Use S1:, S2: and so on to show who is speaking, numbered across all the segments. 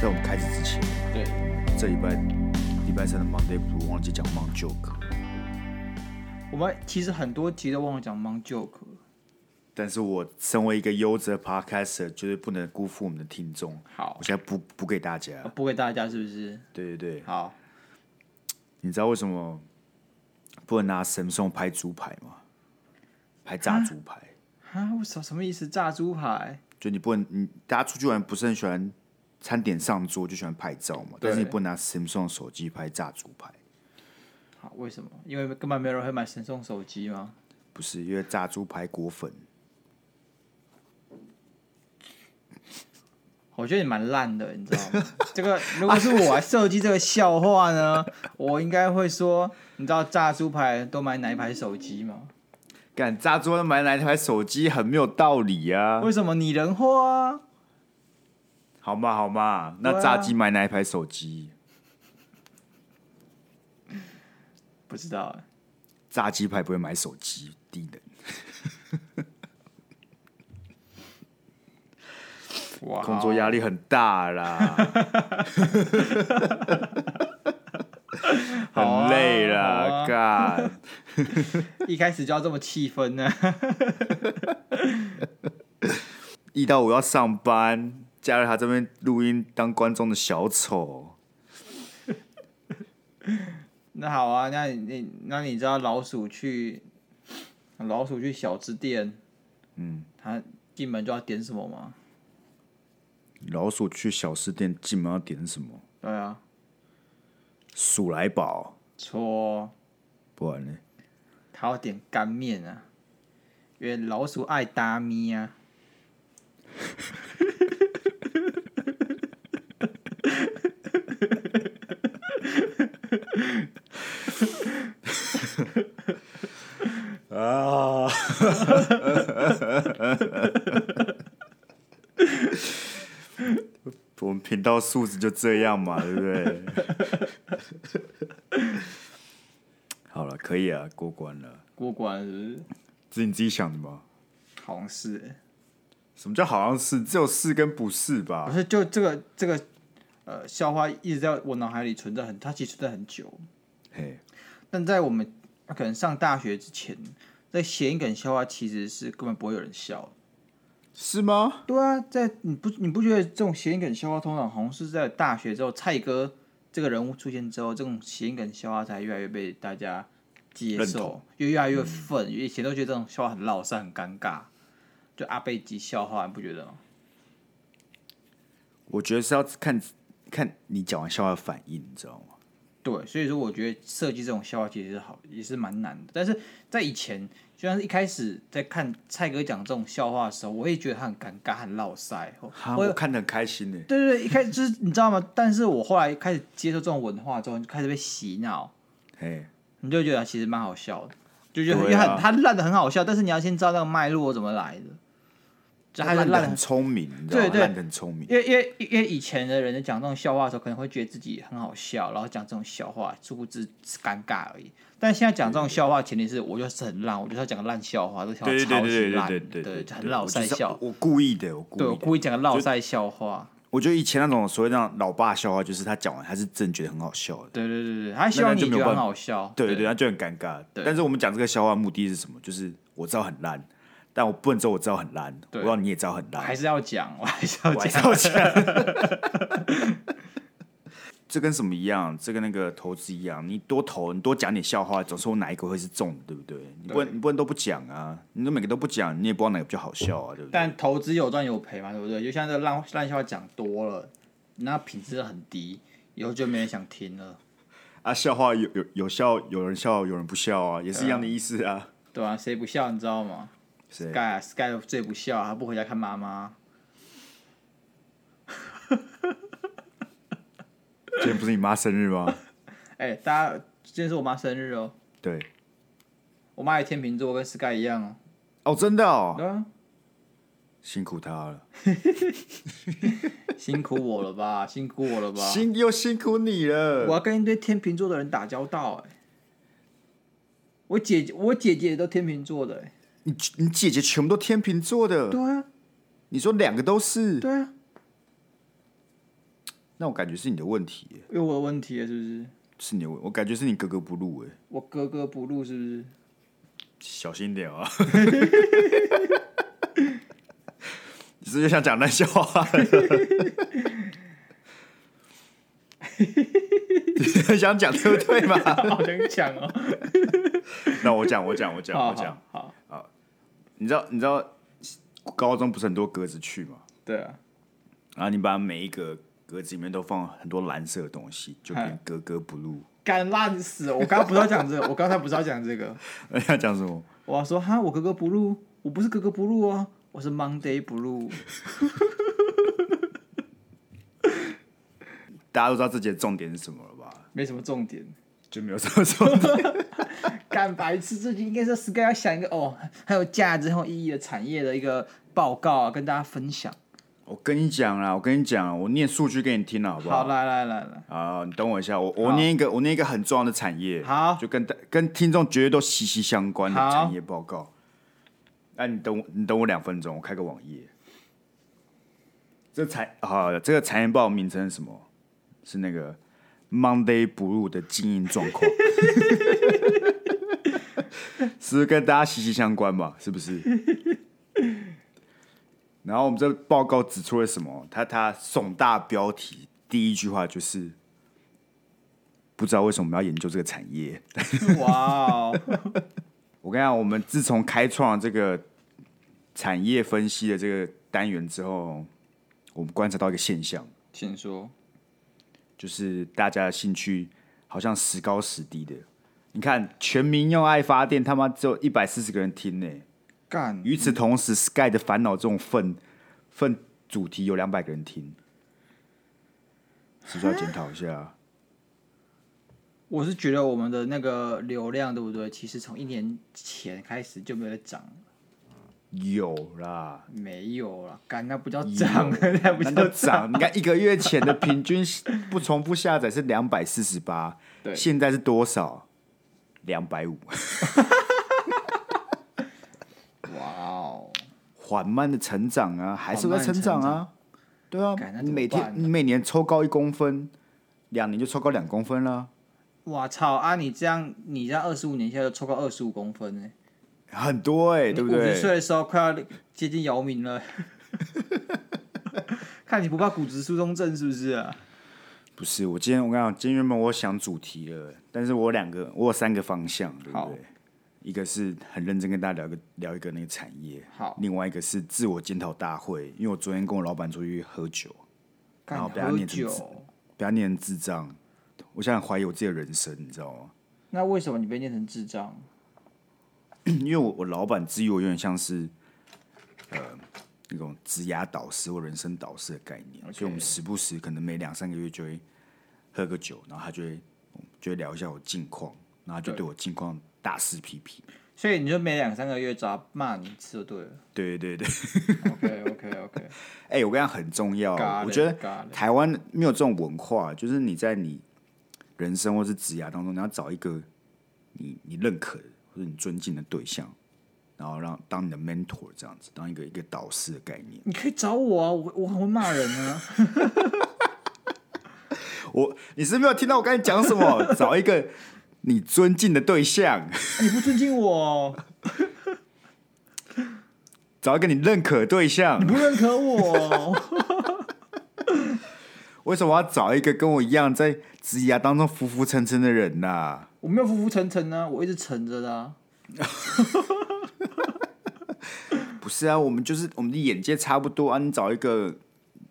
S1: 在我们开始之前，
S2: 对，
S1: 这礼拜礼拜三的 Monday Blue 忘记讲 m o n Joke，
S3: 我们其实很多集都忘了讲 Mon Joke，
S1: 但是我身为一个优质的 Podcaster，绝对不能辜负我们的听众。
S3: 好
S1: 我现在补补给大家。
S3: 呃播给大家是不是？
S1: 对对对，
S3: 好，
S1: 你知道为什么不能拿 Samsung 拍猪排吗？拍炸猪排，
S3: 啊，我操，什么意思？炸猪排？
S1: 就你不能，你大家出去玩不是很喜欢餐点上桌就喜欢拍照嘛？但是你不能拿 Samsung 手机拍炸猪排，
S3: 好，为什么？因为根本没有人会买神送手机吗？
S1: 不是因为炸猪排裹粉。
S3: 我觉得你蛮烂的，你知道 吗？这个如果是我来设计这个笑话呢， 我应该会说，你知道炸猪排都买哪一排手机吗？
S1: 干炸猪排买哪台手机很没有道理啊！
S3: 为什么拟人化啊？
S1: 好嘛好嘛，
S3: 对
S1: 那
S3: 啊
S1: 炸鸡买哪一台手机？
S3: 不知道欸，
S1: 炸鸡排不会买手机，低能。
S3: 哇
S1: 工作压力很大 啦，很累
S3: 好
S1: 啦，
S3: 啊
S1: 干、
S3: 一开始就要这么气愤呢？
S1: 一到五要上班，加入他这边录音当观众的小丑，
S3: 那好啊，那你你那你知道老鼠去 老鼠去小吃店，嗯，它进门就要点什么吗？
S1: 老鼠去小吃店进门要点什么？
S3: 对啊，
S1: 鼠来宝，
S3: 错，
S1: 不然呢？
S3: 它要点干面啊，因为老鼠爱搭咪啊。
S1: 啊！我们频道素质就这样嘛，对不对？好了，可以啊，过关了。
S3: 过关是不是？
S1: 这是你自己想的吗？
S3: 好像是欸，
S1: 什么叫好像是？只有是跟不是
S3: 不
S1: 吧？
S3: 是就这个这个呃笑话一直在我脑海里存在很，它其实存在很久，
S1: 嘿，
S3: 但在我们可能上大学之前，在谐音梗笑话其实是根本不会有人笑的。
S1: 是吗？
S3: 对啊，在你不你不觉得这种谐音梗笑话，通常好像是在大学之后，蔡哥这个人物出现之后，这种谐音梗笑话才越来越被大家接
S1: 认
S3: 受
S1: 同，嗯
S3: 越越来越愤。以前都觉得这种笑话很老实、很尴尬，就阿贝吉笑话，你不觉得吗？
S1: 我觉得是要看看你讲完笑话的反应，你知道吗？
S3: 对，所以说我觉得设计这种笑话其实是好，也是蛮难的。但是在以前，就像是一开始在看蔡哥讲这种笑话的时候，我也觉得他很尴尬、很落塞，
S1: 哈，
S3: 会
S1: 我看得很开心呢、
S3: 对对对，一开始就是你知道吗？但是我后来开始接受这种文化之后，你就开始被洗脑，
S1: 嘿，
S3: 你就觉得其实蛮好笑的，就觉得因
S1: 对
S3: 为
S1: 啊
S3: 很它烂的很好笑，但是你要先知道那个脉络怎么来的，就它
S1: 烂
S3: 是
S1: 的
S3: 烂
S1: 很
S3: 得，
S1: 聪明，你知道吗？
S3: 对对
S1: 烂的很聪明。
S3: 因为因为因为以前的人讲这种笑话的时候，可能会觉得自己很好笑，然后讲这种笑话，殊不知是尴尬而已。但现在讲这种笑话，前提是我就是很烂，我就是要讲个烂笑话，这个笑话
S1: 对对
S3: 超级
S1: 对
S3: 烂，
S1: 对对对
S3: 就很老塞笑。
S1: 我故意的，我故意
S3: 对，我故
S1: 意。
S3: 意讲个老塞笑话。
S1: 我觉得以前那种所谓那种老爸笑话，就是他讲完他是真的觉得很好笑的，
S3: 对对对对，他希望
S1: 那
S3: 你
S1: 就没
S3: 觉
S1: 有
S3: 得
S1: 办
S3: 很
S1: 法
S3: 好笑。
S1: 对对对，他就很尴尬。
S3: 对
S1: 但是我们讲这个笑话的目的是什么？就是我知道很烂，但我不能说我知道很烂，我
S3: 对
S1: 让你也知道很烂，
S3: 还是要讲，我还是要
S1: 我还是
S3: 讲。
S1: 要讲。 这跟什么一样？这跟那个投资一样，你多投，你多讲点笑话，总是有哪一个会是中的，对不对？你不能你不能都不讲啊，你都每个都不讲，你也不知道哪个比较好笑啊，对不对？
S3: 但投资有赚有赔嘛，对不对？就像这个烂烂笑话讲多了，那品质很低，以后就没人想听了，
S1: 啊，笑话有有有笑，有人笑，有人不笑啊，也是一样的意思啊。
S3: 对吧、谁不笑你知道吗
S1: 谁
S3: ？Sky 啊 Sky 最不笑，他不回家看妈妈。
S1: 今天不是你妈生日吗？
S3: 哎、大家今天是我妈生日哦，
S1: 对，
S3: 我妈也天秤座，跟 Sky 一样哦。
S1: 哦，真的哦，
S3: 对啊，
S1: 辛苦她了，
S3: 辛苦我了吧，辛苦我了吧。
S1: 辛又辛苦你
S3: 我
S1: 了。
S3: 要跟一堆天秤座的人打交道哎、我姐我姐姐也都天秤座的、哎
S1: 你你姐姐全部都天秤座的，
S3: 对啊，
S1: 你说两个都是，
S3: 对啊，
S1: 那我感觉是你的问题耶，
S3: 有我的问题了是不是？
S1: 是你的问，我感觉是你格格不入哎，
S3: 我格格不入是不是？
S1: 小心点啊！ 你是不是想讲烂笑 话了？你很想讲对不对嘛？
S3: 好想讲哦，
S1: 那我讲，我讲，我讲，
S3: 好
S1: 我讲。
S3: 好好，
S1: 你知道，你知道高中不是很多格子去嘛？
S3: 对啊，
S1: 然后你把每一个格子里面都放很多蓝色的东西，就变格格不入。
S3: 干烂死了！我刚刚不是要讲这个， 我刚才不是要讲这个，
S1: 那要讲什么？
S3: 我要说哈，我格格不入，我不是格格不入啊，我是 Monday 不入。
S1: 大家都知道自己的重点是什么了吧？
S3: 没什么重点。
S1: 就没有什么重 点。
S3: 干白痴，最近应该是 Sky 要想一个哦，很有价值、很有意义的产业的一个报告啊，跟大家分享。
S1: 我跟你讲啦，我跟你讲啦，我念数据给你听了，好不
S3: 好，
S1: 好？
S3: 来来来来，
S1: 啊，你等我一下，我我
S3: 好
S1: 念一个，我念一个很重要的产业，
S3: 好
S1: 就跟大跟听众绝对都息息相关的
S3: 好
S1: 产业报告。那、你等我，你等我两分钟，我开个网页。这产啊，这个产业报名称是什么？是那个 Monday Blue 的经营状况， 是不是跟大家息息相关吧？是不是？然后我们这报告指出了什么？它它耸大标题，第一句话就是不知道为什么我们要研究这个产业。
S3: 哇哦，
S1: 我跟你讲，我们自从开创了这个产业分析的这个单元之后，我们观察到一个现象，
S3: 请说。
S1: 就是大家的兴趣好像时高时低的。你看，全民用爱发电，他妈只有一百四十个人听呢、
S3: 干
S1: 与此同时，Sky 的烦恼这种份份主题有两百个人听，是不是要检讨一下？
S3: 我是觉得我们的那个流量，对不对？其实从一年前开始就没有在涨，
S1: 有啦，
S3: 没有了。干，那不叫涨， 那不
S1: 难
S3: 叫
S1: 道涨？你看一个月前的平均不重复下载是两百四十八，
S3: 对
S1: 现在是多少？两百五，
S3: 哇哦，
S1: 缓慢的成长啊，还是有在
S3: 缓慢
S1: 成长
S3: 成
S1: 啊，对啊
S3: 干那，
S1: 你
S3: 怎么
S1: 每天
S3: 办呢
S1: 你每年抽高一公分，两年就抽高两公分啦，
S3: 哇操啊！你这样，你这样二十五年下来就抽高二十五公分呢、
S1: 很多哎、对不
S3: 五十岁
S1: 对？
S3: 的时候快要接近姚明 了，看你不怕骨质疏松症是不是啊？
S1: 不是，我今天我跟你讲，今天原本我想主题了，但是我有两个，我有三个方向，对不
S3: 好
S1: 对？一个是很认真跟大家聊一个聊一个那个产业，
S3: 好，
S1: 另外一个是自我检讨大会，因为我昨天跟我老板出去喝酒，然
S3: 干
S1: 后不要
S3: 喝
S1: 念成字
S3: 酒，
S1: 不要念智障，我现在怀疑我自己的人生，你知道吗？
S3: 那为什么你被念成智障？
S1: 因为我我老板质疑我有点像是，呃，那种职涯导师或人生导师的概念
S3: OK
S1: 所以我们时不时可能每两三个月就会喝个酒，然后他就会嗯就会聊一下我近况，然后他就
S3: 对
S1: 对我近况大肆批评。
S3: 所以你就每两三个月只要骂你一次就对了。
S1: 对对 对，
S3: OK OK OK，
S1: 哎、我跟你讲很重要
S3: Got，it，
S1: 我觉得
S3: got it
S1: 台湾没有这种文化，就是你在你人生或是职涯当中，你要找一个你你认可的或者你尊敬的对象，然后让当你的 mentor 这样子，当一个一个导师的概念。
S3: 你可以找我啊，我我很会骂人啊。
S1: 我你是没有听到我刚才讲什么？找一个你尊敬的对象，
S3: 你不尊敬我哦，
S1: 找一个你认可的对象
S3: 你。不认可我哦，
S1: 为什么要找一个跟我一样在职涯当中浮浮沉沉的人呐、
S3: 我没有浮浮沉沉啊，我一直沉着的、啊。
S1: 不是啊，我们就是我们的眼界差不多啊。你找一个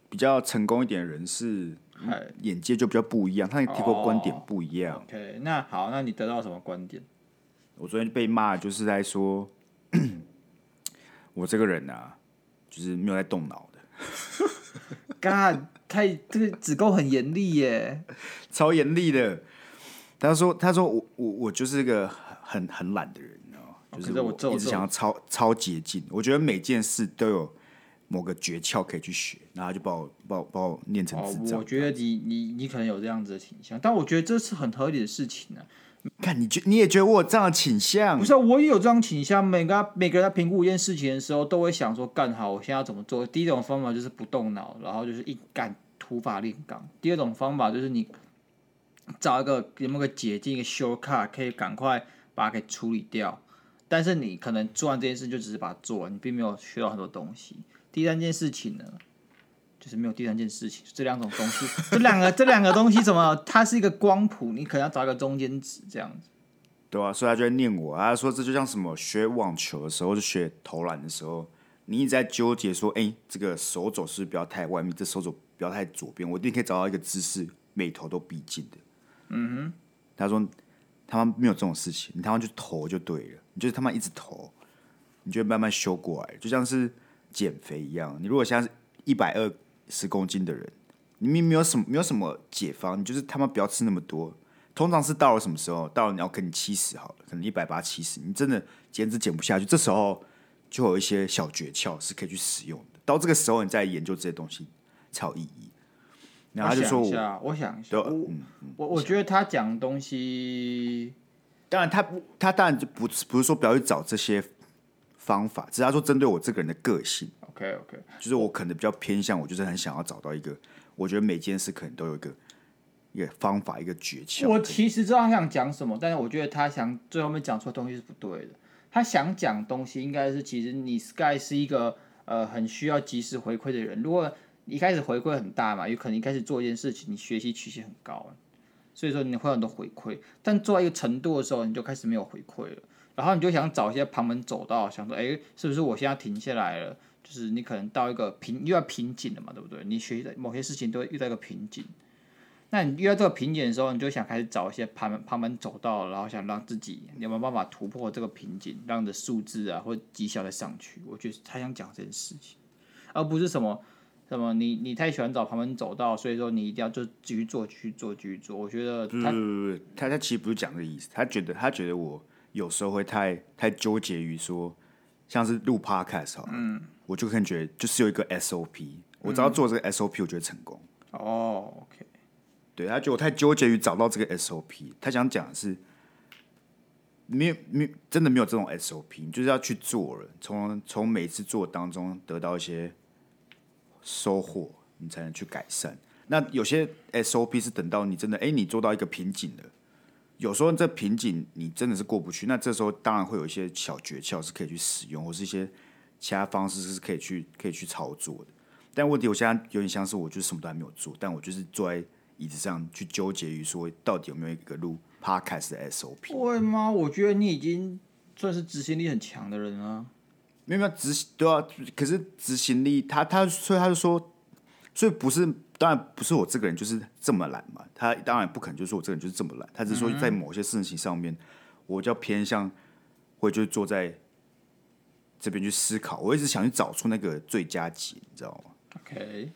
S1: 比较成功一点的人士，
S3: 嗨
S1: 眼界就比较不一样，他提供观点不一样。
S3: OK，那好，那你得到什么观点？
S1: 我昨天被骂就是在说， 我这个人啊，就是没有在动脑的，
S3: 干，太这个只够很严厉耶。
S1: 超严厉的。他说：“他说我我我就是个很很懒的人，你知道吗就
S3: 哦可是我
S1: 是
S3: 这我
S1: 一直
S3: 这
S1: 想要超超捷径。我觉得每件事都有某个诀窍可以去学，然后他就把我把我把我念成
S3: 哦
S1: 智，障。
S3: 我觉得你你你可能有这样子的倾向，但我觉得这是很合理的事情啊。
S1: 看你觉你也觉得我有这样的倾向
S3: 不？是啊、我也有这样倾向。每个每个人在评估一件事情的时候，都会想说干好，我现在要怎么做？第一种方法就是不动脑，然后就是硬干，土法炼钢；第二种方法就是你找一个有没有个捷径，一个 shortcut，可以赶快把它给处理掉。但是你可能做完这件事就只是把它做完，你并没有学到很多东西。第三件事情呢，就是没有第三件事情，这两种东西，这两个这两个东西怎么？它是一个光谱，你可能要找一个中间值这样子。
S1: 对啊，所以他就会念我啊，他说这就像什么学网球的时候，就学投篮的时候，你一直在纠结说，哎、这个手肘是不是不要太外面，这手肘不要太左边，我一定可以找到一个姿势，每投都必进的。嗯哼，他说他妈没有这种事情，你他妈就投就对了，你就是他妈一直投，你就会慢慢修过来，就像是减肥一样，你如果现在是一百二十公斤的人，你明明没有什么没有什么解方，你就是他妈不要吃那么多。通常是到了什么时候？到了你要跟你七十好了，可能一百八七十，你真的减脂减不下去，这时候就有一些小诀窍是可以去使用的。到这个时候，你再研究这些东西才有意义。然后他就说
S3: 我
S1: 我
S3: 想一下，我想一下，
S1: 对嗯
S3: 我我我觉得他讲的东西，
S1: 当然他，不，他当然就不是不是说不要去找这些方法，只是他说针对我这个人的个性，
S3: OK OK，
S1: 就是我可能比较偏向，我就是很想要找到一个，我觉得每件事可能都有一个一个方法，一个诀窍。
S3: 我其实知道他想讲什么，但是我觉得他想最后面讲出的东西是不对的。他想讲的东西应该是，其实你 Sky 是一个呃很需要及时回馈的人。如果你一开始回馈很大嘛，有可能一开始做一件事情，你学习曲线很高啊，所以说你会有很多回馈。但做到一个程度的时候，你就开始没有回馈了，然后你就想找一些旁门左道，想说，哎、是不是我现在停下来了？就是你可能到一个瓶又要瓶颈了嘛，对不对？你学习的某些事情都会遇到一个瓶颈。那你遇到这个瓶颈的时候，你就想开始找一些旁门旁门走道，然后想让自己有没有办法突破这个瓶颈，让你的数字啊或者绩效再上去。我觉得他想讲这件事情，而不是什么什么你你太喜欢找旁门走道，所以说你一定要就继续做继续做继续做。我觉得
S1: 不
S3: 他
S1: 不不，他他其实不是讲这个意思，他觉得他觉得我有时候会太太纠结于说，像是录 podcast 好了，我就可能觉得就是有一个 SOP，我只要做这个 SOP，我就会成功。
S3: 哦，OK，
S1: 对他觉得我太纠结于找到这个 SOP，他想讲的是，没有没有真的没有这种 SOP，你就是要去做了，从从每次做当中得到一些收获，你才能去改善。那有些 SOP 是等到你真的哎、诶你做到一个瓶颈了，有时候这瓶颈你真的是过不去，那这时候当然会有一些小诀窍是可以去使用，或是一些其他方式是可以去可以去操作的。但问题我现在有点像是我就是什么都还没有做，但我就是坐在椅子上去纠结于说到底有没有一个录 podcast 的 SOP。
S3: 会吗？我觉得你已经算是执行力很强的人啊了、
S1: 没有没有执行对啊，可是执行力他他所以他就说，所以不是当然不是我这个人就是这么懒嘛，他当然不可能就说我这个人就是这么懒，他只是说在某些事情上面，我比较偏向会就是坐在这边去思考，我一直想去找出那个最佳解，你知道吗？
S3: OK，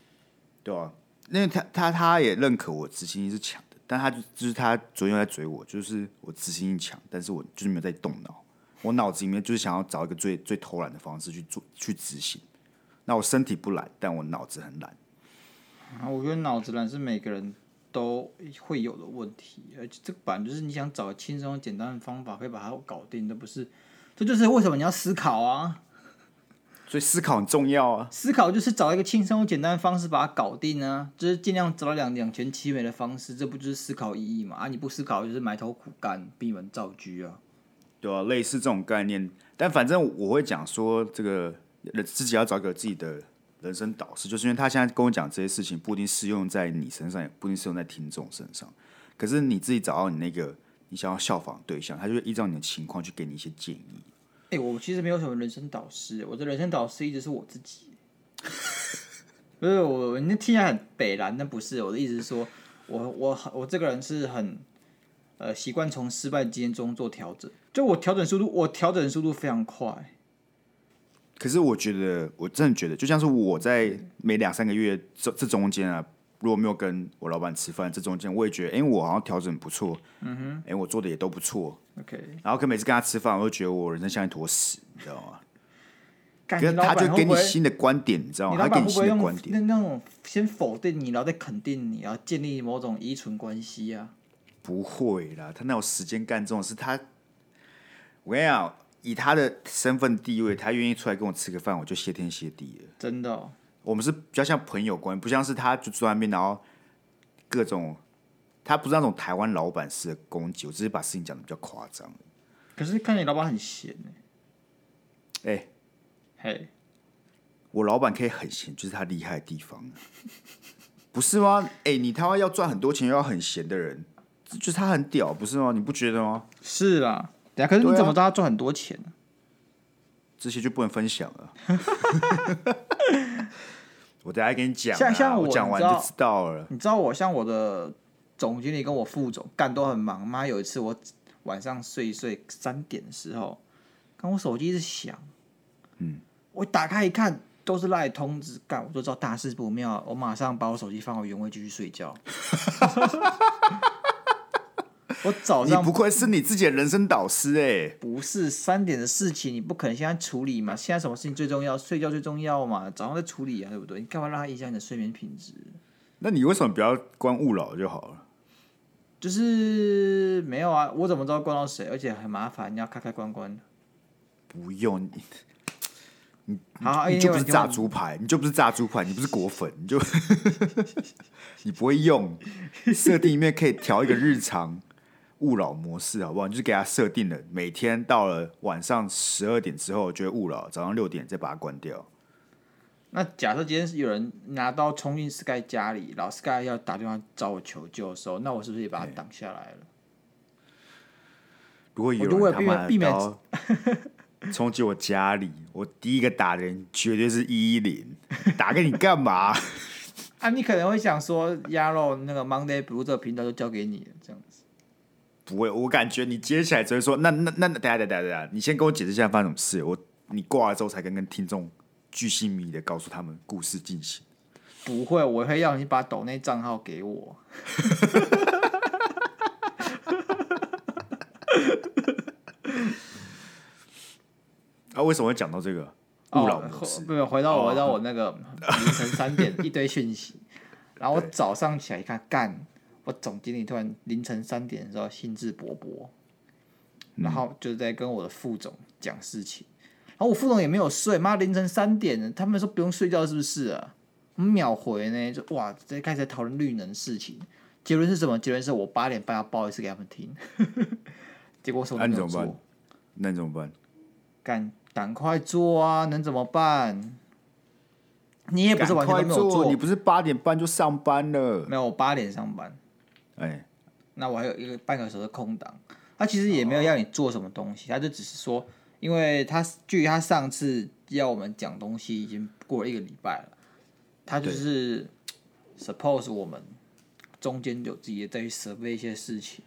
S1: 对啊，因为他他他也认可我执行力是强的，但他就就是他昨天又在追我，就是我执行力强，但是我就是没有在动脑，我脑子里面就是想要找一个最最偷懒的方式去做去执行。那我身体不懒，但我脑子很懒。
S3: 啊，我觉得脑子懒是每个人都会有的问题，而且这个本来就是你想找轻松简单的方法可以把它搞定的，不是？这就是为什么你要思考啊！
S1: 所以思考很重要啊！
S3: 思考就是找一个轻松简单的方式把它搞定啊，就是尽量找到两两全其美的方式，这不就是思考意义嘛？啊，你不思考就是埋头苦干，闭门造车啊！
S1: 对啊，类似这种概念。但反正我会讲说，这个人自己要找一个自己的人生导师，就是因为他现在跟我讲这些事情，不一定适用在你身上，也不一定适用在听众身上。可是你自己找到你那个你想要效仿的对象，他就会依照你的情况去给你一些建议。
S3: 哎、我其实没有什么人生导师，我的人生导师一直是我自己。不是我，你听起来很北蓝，但不是我的意思是说，我我我这个人是很呃习惯从失败经验中做调整，就我调整速度，我调整速度非常快。
S1: 可是我觉得，我真的觉得，就像是我在每两三个月这这中间啊，如果没有跟我老板吃饭，这中间我也觉得，哎、我好像调整不错，嗯哼，哎、我做的也都不错，
S3: OK，
S1: 然后跟每次跟他吃饭，我就觉得我人生像一坨屎，你知道吗？
S3: 感
S1: 可
S3: 觉
S1: 是
S3: 哎老
S1: 他
S3: 板会
S1: 就给
S3: 不
S1: 你
S3: 会？
S1: 新的观点，你知道
S3: 你
S1: 吗？
S3: 老
S1: 他给
S3: 板
S1: 你
S3: 会不
S1: 新
S3: 会
S1: 的
S3: 用
S1: 观点。
S3: 那那种先否定你，然后再肯定你，然后建立某种依存关系啊？
S1: 不会啦，他哪有时间干这种事？他，我跟你讲，以他的身份地位，他愿意出来跟我吃个饭，我就谢天谢地了。
S3: 真的哦、
S1: 我们是比较像朋友关系，不像是他就坐在那边，然后各种，他不是那种台湾老板式的攻击，我只是把事情讲的比较夸张。
S3: 可是看你老板很闲呢、
S1: 哎、
S3: 嘿，
S1: 我老板可以很闲，就是他厉害的地方，不是吗？哎、你他妈要赚很多钱又要很闲的人，这就是他很屌，不是吗？你不觉得吗？
S3: 是啦。等下，可是你
S1: 对啊
S3: 怎么知道他赚很多钱呢、
S1: 这些就不能分享 了。我等下跟你讲啊，
S3: 像像
S1: 我
S3: 我
S1: 讲完
S3: 你知道
S1: 就知道了。
S3: 你知道我像我的总经理跟我副总干都很忙，妈有一次我晚上睡一睡三点的时候，刚我手机一直响，嗯，我打开一看都是赖通知，干我就知道大事不妙，我马上把我手机放回原位继续睡觉。 我早
S1: 你
S3: 上
S1: 不愧是你自己的人生导师哎、
S3: 不是三点的事情，你不可能现在处理嘛？现在什么事情最重要？睡觉最重要嘛？早上再处理啊，对不对？你干嘛让它影响你的睡眠品质？
S1: 那你为什么不要关勿扰就好了？
S3: 就是没有啊，我怎么知道关到谁？而且很麻烦，你要开开关关的。
S1: 不用，你
S3: 好，好
S1: 嗯你就不是炸，
S3: 啊因为
S1: 猪排，你就不是炸猪排，你不是果粉，你就 你不会用设定里面可以调一个日常 勿扰模式，好不好？你就是给它设定了，每天到了晚上十二点之后就会勿扰，早上六点再把它关掉。
S3: 那假设今天是有人拿刀冲进 Sky 家里，老 Sky 要打电话找我求救的时候，那我是不是也把他挡下来了？
S1: 如果有
S3: 我就
S1: 人
S3: 为了
S1: 他妈
S3: 避
S1: 的
S3: 免
S1: 刀 冲击我家里，我第一个打的人绝对是一一零，打给你干嘛？
S3: 啊，你可能会想说，鸭肉那个 Monday Blue 这个频道就交给你了，这样子。
S1: 不会，我感觉你接下来只会说，那那那那，等一下等一下等一下，你先跟我解释一下发生什么事，我你挂了之后才跟跟听众巨细靡遗的告诉他们故事进行。
S3: 不会，我会要你把抖内账号给我。
S1: 啊，为什么会讲到这个勿扰
S3: 哦，
S1: 模式？
S3: 没有回到我
S1: 哦
S3: 回到我那个凌晨三点一堆 讯息，然后我早上起来一看，干，我总经理突然凌晨三点的时候兴致勃勃，
S1: 嗯
S3: 然后就在跟我的副总讲事情，然后我副总也没有睡，妈凌晨三点了，他们说不用睡觉是不是啊？我秒回呢，就哇，在开始讨论绿能事情，结论是什么？结论是我八点半要报一次给他们听， 结果我什么
S1: 啊
S3: 都
S1: 你
S3: 没有
S1: 怎么办
S3: 做，
S1: 那你怎么办？
S3: 赶赶快做啊，能怎么办？你也不是完全都
S1: 赶
S3: 没
S1: 快
S3: 有做，
S1: 你不是八点半就上班了？
S3: 没有，我八点上班，
S1: 哎，
S3: 那我还有一个半个小时的空档。他其实也没有要你做什么东西，他就只是说，因为他距离他上次要我们讲东西已经过了一个礼拜了，他就是 suppose 我们中间有自己再去 survey 一些事情，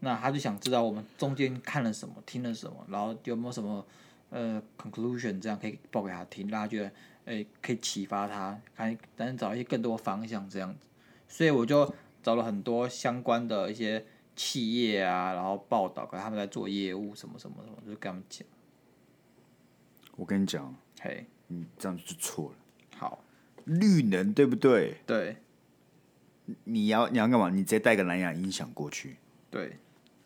S3: 那他就想知道我们中间看了什么，听了什么，然后有没有什么呃 conclusion，这样可以报给他听，让他觉得诶、可以启发他，看能找一些更多方向这样子。所以我就找了很多相关的一些企业啊，然后报道，跟他们在做业务什么什么什么，就跟他们讲，
S1: 我跟你讲，
S3: 嘿，
S1: 你这样就错了。
S3: 好，
S1: 绿能对不对？
S3: 对
S1: 你要你要干嘛？你直接带个蓝牙音响过去，
S3: 对，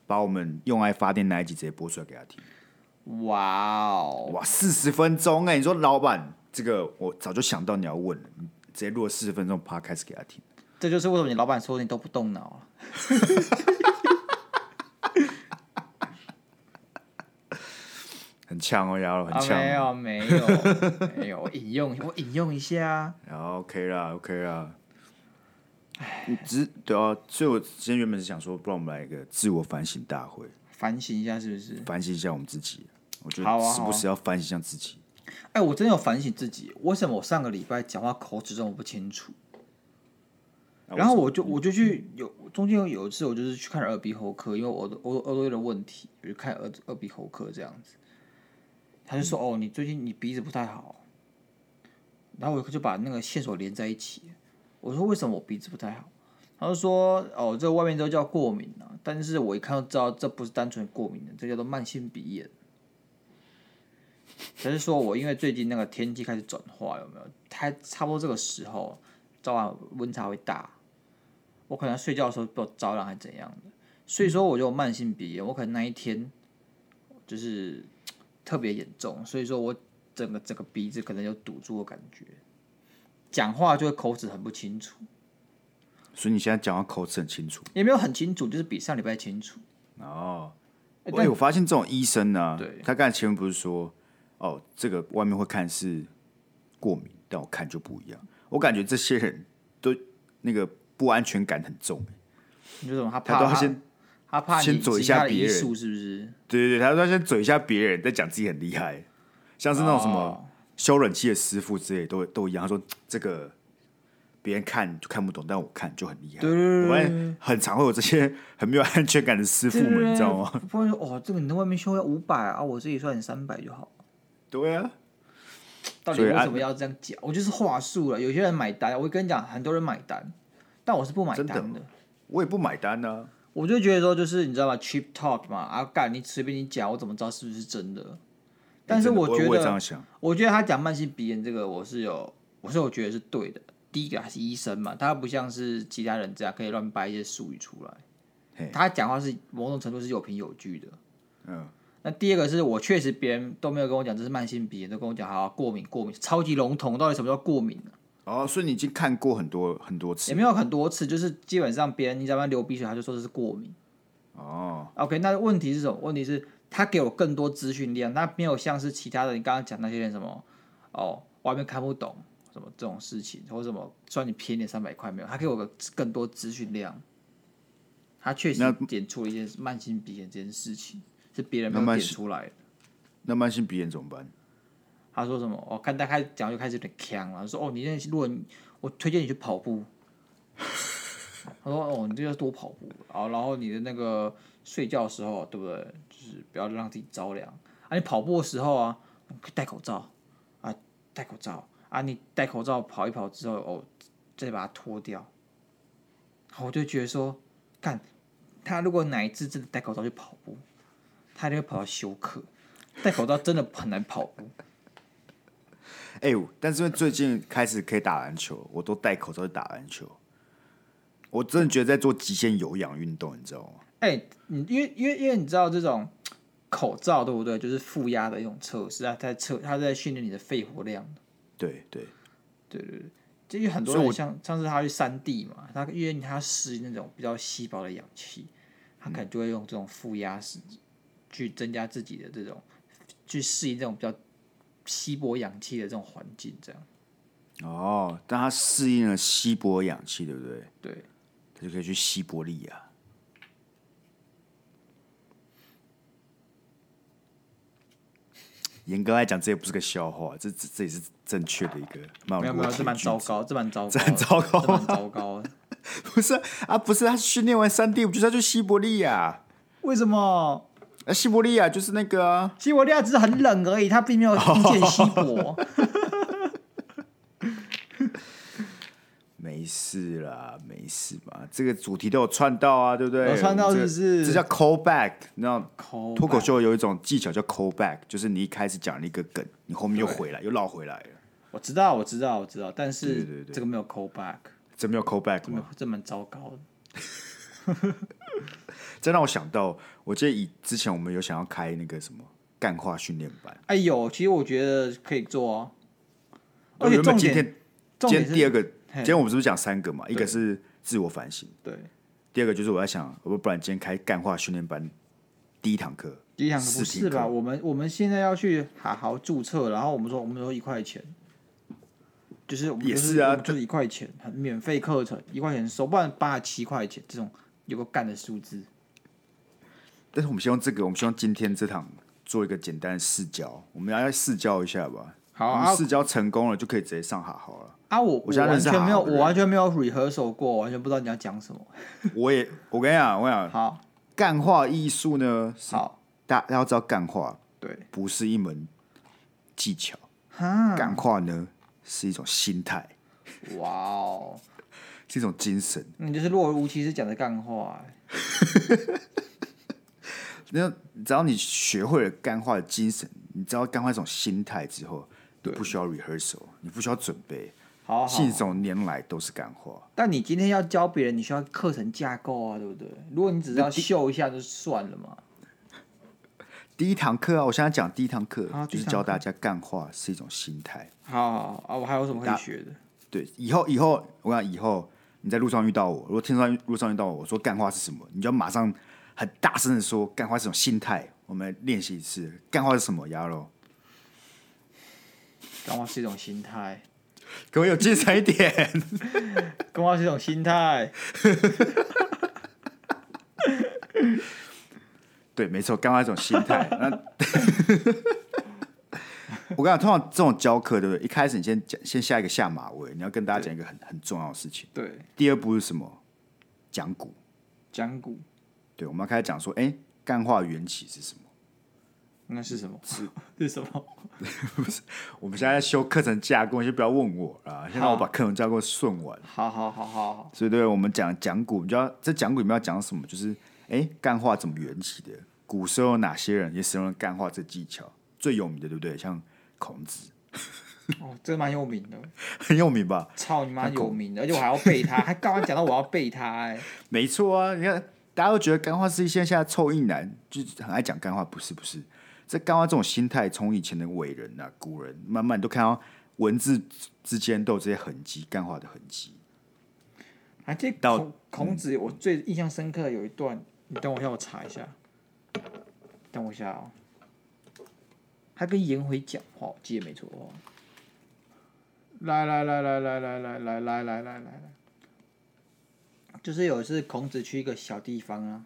S1: 把我们用爱发电那一集直接播出来给他听。
S3: 哇哦，
S1: 哇，四十分钟哎、你说老板，这个我早就想到你要问了，你直接录了四十分钟 p 开始给他听。
S3: 这就是为什么你老板说你都不动脑啊了。
S1: 很呛哦，然后很
S3: 啊，
S1: 呛、
S3: 没
S1: 哦。
S3: 有没有没有，我引用我引用一下啊，
S1: 然后 OK 啦，OK 啦。你只是对啊，所以我今天原本是想说，不然我们来一个自我反省大会，
S3: 反省一下是不是？
S1: 反省一下我们自己。我觉
S3: 好啊
S1: 得时不时要反省一下自己。
S3: 哎、我真的有反省自己，为什么我上个礼拜讲话口齿这么不清楚？
S1: 啊
S3: 然后我就我就去有中间有一次我就是去看耳鼻喉科，因为我耳朵我耳朵有点问题，我就看耳耳鼻喉科这样子。他就说：“哦，你最近你鼻子不太好。”然后我就把那个线索连在一起。我说：“为什么我鼻子不太好？”他就说：“哦，这外面都叫过敏啊，但是我一看就知道这不是单纯过敏的，这叫做慢性鼻炎。”他是说我因为最近那个天气开始转化，有没有？它差不多这个时候，早晚温差会大，我可能睡觉的时候被我招了还怎样的，所以说我就有慢性鼻炎，我可能那一天就是特别严重，所以说我整个整个鼻子可能有堵住的感觉，讲话就会口齿很不清楚，
S1: 所以你现在讲话口齿很清楚
S3: 也没有很清楚，就是比上礼拜清楚。
S1: 哦。
S3: 哎
S1: 我有发现这种医生呢、
S3: 对
S1: 他刚才前面不是说，哦，这个外面会看是过敏，但我看就不一样。我感觉这些人都那个不安全感很重，欸
S3: 你说什么？他
S1: 啊他
S3: 怕
S1: 都要先，
S3: 他怕你
S1: 先走一下
S3: 其他的
S1: 别
S3: 医
S1: 人
S3: 术是 不是？
S1: 对对对，他都要先嘴一下别人，再讲自己很厉害，像是那种什么
S3: 哦
S1: 修冷气的师傅之类，都都一样。他说这个别人看就看不懂，但我看就很厉害。
S3: 对对对
S1: 我
S3: 对
S1: 发现很常会有这些很没有安全感的师傅们，你知道吗？
S3: 吗？不会说哦，这个你在外面修要五百啊，我自己算你三百就好。
S1: 对啊，
S3: 到底
S1: 所以
S3: 为
S1: 按
S3: 什么要这样讲？我就是话术了。有些人买单，我跟你讲，很多人买单，但我是不买单
S1: 真
S3: 的。
S1: 我也不买单呢、啊。
S3: 我就觉得说，就是你知道吗？cheap talk 嘛，啊干，你随便你讲，我怎么知道是不是真的？但是
S1: 真的
S3: 我
S1: 我
S3: 觉
S1: 我也这
S3: 得，
S1: 样想。
S3: 我觉得他讲慢性鼻炎这个，我是有，我是有觉得是对的。第一个他是医生嘛，他不像是其他人这样可以乱掰一些术语出来
S1: 嘿，
S3: 他讲话是某种程度是有凭有据的。
S1: 嗯，
S3: 那第二个是我确实别人都没有跟我讲这是慢性鼻炎，都跟我讲好过敏过敏，超级笼统，到底什么叫过敏啊、
S1: 哦，所以你已经看过很多很多
S3: 也
S1: 次
S3: 没有很多次，就是基本上别人你在那边流鼻血，他就说这是过敏。
S1: 哦，
S3: OK，那问题是什么？问题是他给我更多资讯量，他没有像是其他的你刚刚讲那些人什么哦，外面看不懂什么这种事情，或者什么算你便宜三百块没有，他给我个更多资讯量。他确实
S1: 那
S3: 点出了一件慢性鼻炎这件事情，是别人没
S1: 那
S3: 有
S1: 慢
S3: 点
S1: 性
S3: 出来的。
S1: 那慢性鼻炎怎么办？
S3: 他说什么？我、看他开始讲就开始有点呛了，他说哦，你认识如果你我推荐你去跑步。 他说哦，你这要多跑步啊，然后你的那个睡觉的时候，对不对？就是不要让自己着凉啊。你跑步的时候啊，戴口罩啊，戴口罩啊，你戴口罩跑一跑之后，哦，再把它脱掉。然后我就觉得说，看他如果哪一次真的戴口罩去跑步，他就会跑到休克。戴口罩真的很难跑步。
S1: 哎、呦，但是因为最近开始可以打篮球，我都戴口罩去打篮球。我真的觉得在做极限有氧运动，你知道吗？
S3: 哎、你因为因为因为你知道这种口罩对不对？就是负压的一种测试啊，它在测它在训练你的肺活量。
S1: 对对，
S3: 对对对，就有很多
S1: 所以
S3: 人
S1: 我
S3: 像上次他去山地嘛，他因为他吸那种比较稀薄的氧气，他
S1: 嗯
S3: 可能就会用这种负压式去增加自己的这种去适应这种比较稀薄氧气的这种环境，这样
S1: 哦，但它适应了稀薄氧气，对不对？
S3: 对。
S1: 它就可以去西伯利亚。严格来讲，这也不是个笑话，这这这也是正确的一个蛮
S3: 没有
S1: 有
S3: 没
S1: 逻
S3: 有，
S1: 辑
S3: 这
S1: 的
S3: 蛮
S1: 句
S3: 糟
S1: 子
S3: 糕，这蛮糟糕的，
S1: 很糟糕
S3: 这蛮糟 糕的。
S1: 不是啊，不是他训练完三 D，我就是要去西伯利亚。
S3: 为什么？
S1: 啊，西伯利亚就是那个啊、
S3: 西伯利亚只是很冷而已，它并 没有听见稀薄。
S1: 没事啦，没事嘛。这个主题都有串到啊，对不对？
S3: 有串到
S1: 我们
S3: 是不是
S1: 这个这叫 call back，你知道
S3: 口
S1: 脱口秀有一种技巧叫 call back，就是你一开始讲了一个梗，你后面又回来，又绕回来了。
S3: 我知道，我知道，我知道，但
S1: 对对
S3: 是
S1: 对
S3: 这个没有 call back，
S1: 真没有 call back
S3: 没有
S1: 吗？
S3: 这蛮糟糕的。
S1: 这让我想到，我记得以之前我们有想要开那个什么干化训练班，
S3: 哎呦，其实我觉得可以做哦，
S1: 我
S3: 而且
S1: 哦原本
S3: 哦重
S1: 今
S3: 点
S1: 天
S3: 重
S1: 今
S3: 点
S1: 天第
S3: 是
S1: 二个，
S3: 嘿
S1: 今天我们是不是讲三个嘛？一个是自我反省，
S3: 对
S1: 第二个就是我在想，我不然今天开干化训练班第一堂课，
S3: 第一堂课不
S1: 四
S3: 是
S1: 节
S3: 吧？
S1: 课，
S3: 我们我们现在要去好好注册，然后我们说我们说一块钱，就是我们
S1: 也
S3: 就是
S1: 啊
S3: 我们就是一块钱，很免费课程一块钱收，不然八七块钱这种有个干的数字。
S1: 但是我们希望这个，我们希望今天这堂做一个简单的试教，我们要来试教一下吧。
S3: 好
S1: 我
S3: 啊
S1: 们试教成功了就可以直接上哈好 了。
S3: 啊，我
S1: 我现在
S3: 完
S1: 认识
S3: 全没有，
S1: 好的
S3: 我
S1: 人
S3: 完全没有 rehearsal 过，我完全不知道你要讲什么。
S1: 我也，我跟你讲，我跟你讲，
S3: 好，
S1: 干话艺术呢，是
S3: 好，
S1: 大大家要知道干话
S3: 对，
S1: 不是一门技巧，
S3: 哈，
S1: 干话呢是一种心态，
S3: 哇哦，
S1: 是一种精神。
S3: 你嗯就是若无其事讲的干话、欸，
S1: 那只要你学会了干话的精神，你知道干话这种心态之后，你不需要 rehearsal，你不需要准备，
S3: 好好
S1: 信手拈来都是干话。
S3: 但你今天要教别人，你需要课程架构啊，对不对？如果你只是要秀一下就算了嘛。
S1: 第一堂课啊，我现在讲第一堂课
S3: 好，
S1: 就是
S3: 啊第一堂课
S1: 教大家干话是一种心态。
S3: 好好好啊，我还有什么可以学的？
S1: 对，以后以后我跟你讲以后你在路上遇到我，如果天上路上遇到我，我说干话是什么，你就要马上很大声的说干话是一种心态。我们来练习一次，干话是什么？牙喽，
S3: 干话是一种心态，
S1: 各位有精神一点。
S3: 干话是一种心态。
S1: 对，没错，干嘛一种心态？那 我跟你讲，通常这种教课，对不对？一开始你先讲，先下一个下马威，你要跟大家讲一个很很重要的事情。
S3: 对，
S1: 第二步是什么？讲古。
S3: 讲古
S1: 对，我们要开始讲说，哎、干话缘起是什么？
S3: 那是什么？是是什么？
S1: 我们现在在修课程架构，你就不要问我了，先让我把课程架构顺完。
S3: 好好好好好，
S1: 所以，对我们讲讲古，我们就要在讲古里面要讲什么？就是，哎、干话怎么缘起的？古时候有哪些人也使用了干话这技巧？最有名的，对不对？像孔子，
S3: 哦，这蛮有名的，
S1: 很有名吧？
S3: 操你妈有名的，而且我还要背他，还刚刚讲到我要背他、哎，
S1: 没错啊，你看大家都觉得干话是一些现在臭硬男，就是很爱讲干话，不是不是。这干话这种心态，从以前的伟人啊、古人，慢慢都看到文字之间都有这些痕迹，干话的痕迹。
S3: 啊，这
S1: 到
S3: 孔孔子我最印象深刻的有一段，你等我一下，我查一下，等我一下哦。他跟颜回讲话，我记得没错哦。来来来来来来来来来来来来，就是有一次孔子去一个小地方啊，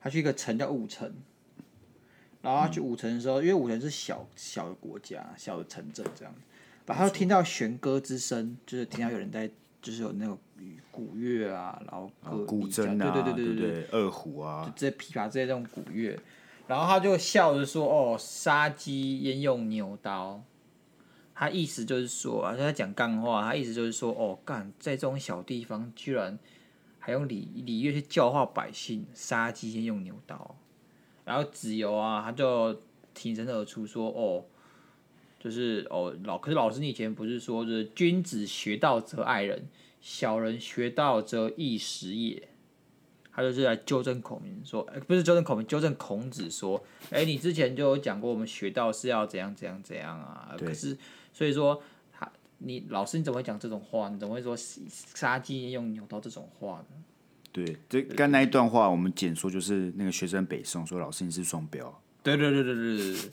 S3: 他去一个城叫武城，然后他去武城的时候，因为武城是小小的国家、小的城镇这样，然后他就听到弦歌之声，就是听到有人在，就是有那个鼓乐啊，然后
S1: 啊
S3: 歌、
S1: 古
S3: 笛这样
S1: 筝啊，
S3: 对
S1: 对
S3: 对对
S1: 不对，二胡啊，
S3: 这些琵琶这些这种古乐，然后他就笑着说：“哦，杀鸡焉用牛刀？”他意思就是说啊，他在讲干话，他意思就是说，哦，干在这种小地方，居然还用礼礼乐去教化百姓，杀鸡焉用牛刀？然后子游啊，他就挺身而出说，哦。就是哦，老可是老师，你以前不是说，就是君子学道则爱人，小人学道则易时也。他就是来纠正孔明说，哎、不是纠正孔明，纠正孔子说，哎、你之前就有讲过，我们学道是要怎样怎样怎样啊。
S1: 对
S3: 可是所以说，他你老师你怎么会讲这种话？你怎么会说杀鸡用牛刀这种话呢？
S1: 对，这刚那一段话，我们简说就是那个学生北宋说老师你是双标，
S3: 对对对对对对对。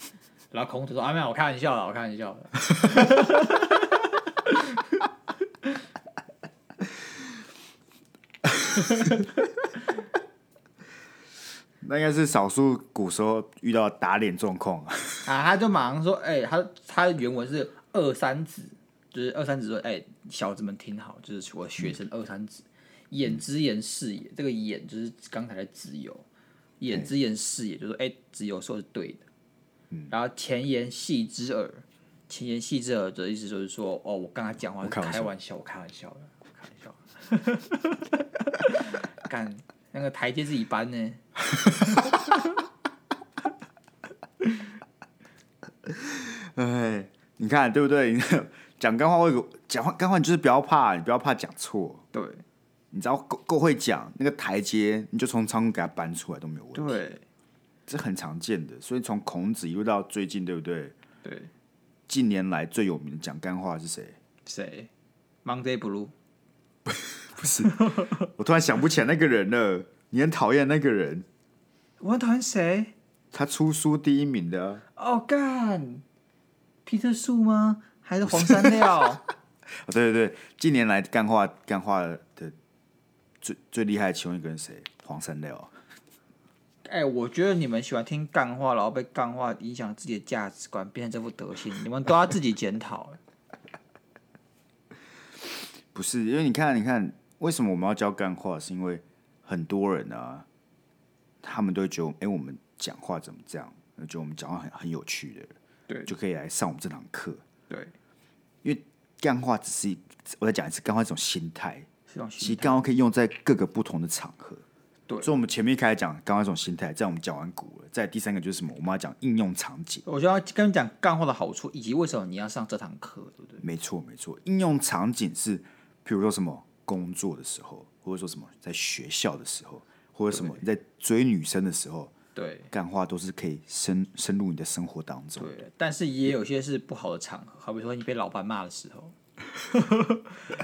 S3: 然后孔子说：“啊，没有，我开玩笑的，我开玩笑的。
S1: 那应该是少数古时候遇到打脸状况啊。”
S3: 啊，他就马上说：“哎、他他的原文是二三子，就是二三子说，哎、小子们听好，就是我学生二三子，眼之言是也，这个眼就是刚才的子由，眼之言是也，就是说，哎、子由说的是对的。
S1: 嗯
S3: 然后前言戏之耳，前言戏之耳的意思就是说，哦，我跟他讲话是
S1: 开玩笑
S3: 开玩笑，我开玩笑的，我开玩笑的。 干，那个台阶自己搬呢。
S1: 哎，你看对不对？你看讲干话会有讲话干话，你就是不要怕，你不要怕讲错。
S3: 对
S1: 你只要够够会讲，那个台阶你就从仓库给它搬出来都没有问题，
S3: 对
S1: 这很常见的。所以从孔子一路到最近，对不对？
S3: 对，
S1: 近年来最有名的讲干话是谁？
S3: 谁？Monday Blue。
S1: 我突然想不起来那个人了。你很讨厌那个人，
S3: 我很讨厌谁？
S1: 他出书第一名的啊，
S3: 哦干，皮特树吗？还是黄山料？
S1: 哦对对对，近年来干话干话的最最厉害的其中一个人是谁？黄山料啊。
S3: 哎、我觉得你们喜欢听干话，然后被干话影响自己的价值观，变成这副德 行，你们都要自己检讨。
S1: 不是，因为你看，你看，为什么我们要教干话？是因为很多人啊，他们都会觉得，哎、我们讲话怎么这样？觉得我们讲话很很有趣的，
S3: 对
S1: 就可以来上我们这堂课。
S3: 对，
S1: 干话只是一我再讲一次，干话是一种心态，
S3: 是这种
S1: 其实
S3: 心态。
S1: 干话可以用在各个不同的场合。
S3: 对
S1: 所以我们前面一开始讲刚刚这种心态，在我们讲完股了，在第三个就是什么？我们要讲应用场景。
S3: 我就要跟你讲干话的好处，以及为什么你要上这堂课，对不对？
S1: 没错，没错，应用场景是，比如说什么工作的时候，或者说什么在学校的时候，或者什么你在追女生的时候，
S3: 对
S1: 干话都是可以深深入你的生活当中。
S3: 对，但是也有些是不好的场合，好比说你被老板骂的时 候，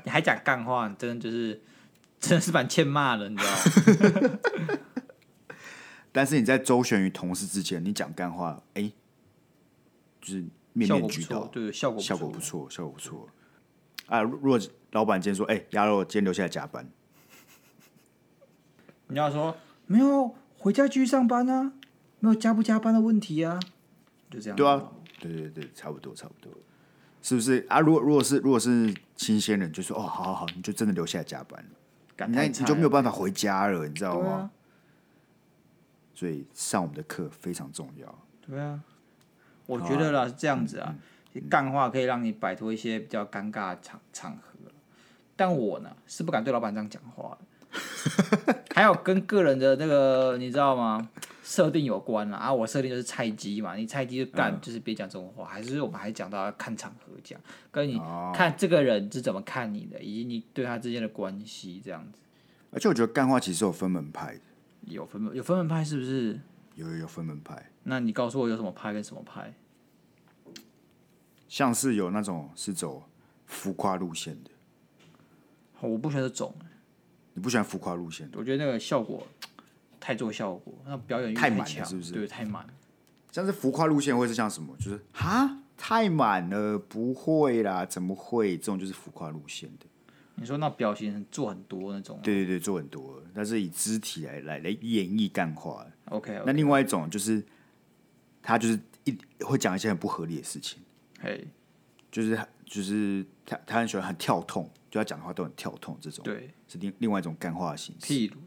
S3: 你还讲干话，你真的就是真的是蛮欠骂的，你 知道吗？
S1: 但是你在周旋于同事之间，你讲干话，哎、就是面
S3: 效
S1: 面
S3: 果不
S1: 俱
S3: 错
S1: 到，，
S3: 对，效果
S1: 效
S3: 效
S1: 果不错，效果不错。啊，如如果老板今天说，哎、鸭肉今天留下来加班，
S3: 你要说没有回家继续上班啊，没有加不加班的问题啊，就这样。
S1: 对啊，对对对，差不多差不多，是不是啊？如果如果是如果是新鲜人，就说哦，好好好，你就真的留下来加班，
S3: 干
S1: 那
S3: 太
S1: 你
S3: 菜
S1: 就没
S3: 了
S1: 有办法回家了，你知道
S3: 对
S1: 吗？
S3: 啊，
S1: 所以上我们的课非常重要。
S3: 对啊，我觉得啦是这样子啊，干话可以让你摆脱一些比较尴尬的场场合，但我呢是不敢对老板这样讲话的， 还有跟个人的那个你知道吗？设定有关啦，啊，我设定就是菜鸡嘛，你菜鸡就干，就是别讲这种话，还是我们还讲到要看场合讲，跟你看这个人是怎么看你的，以及你对他之间的关系这样子，
S1: 而且我觉得干话其实有分门派的，
S3: 有分有分门派是不是？
S1: 有有有分门派，
S3: 那你告诉我有什么派跟什么派？
S1: 像是有那种是走浮夸路线的，
S3: 我不喜欢这种。
S1: 你不喜欢浮夸路线的，
S3: 我觉得那个效果太做效果，那表演欲
S1: 太满了
S3: 强，
S1: 是不是
S3: 对，太满。
S1: 像是浮夸路线会是像什么？就是哈太满了，不会啦，怎么会？这种就是浮夸路线的。
S3: 你说那表情做很多那种
S1: 对对对，做很多了，但是以肢体来来来演绎干话。
S3: ，OK，
S1: 那另外一种就是，他就是一会讲一些很不合理的事情，
S3: 嘿，
S1: 就是就是他他很喜欢很跳痛，就他讲的话都很跳痛，这种
S3: 对，
S1: 是另另外一种干话的形式。
S3: 譬如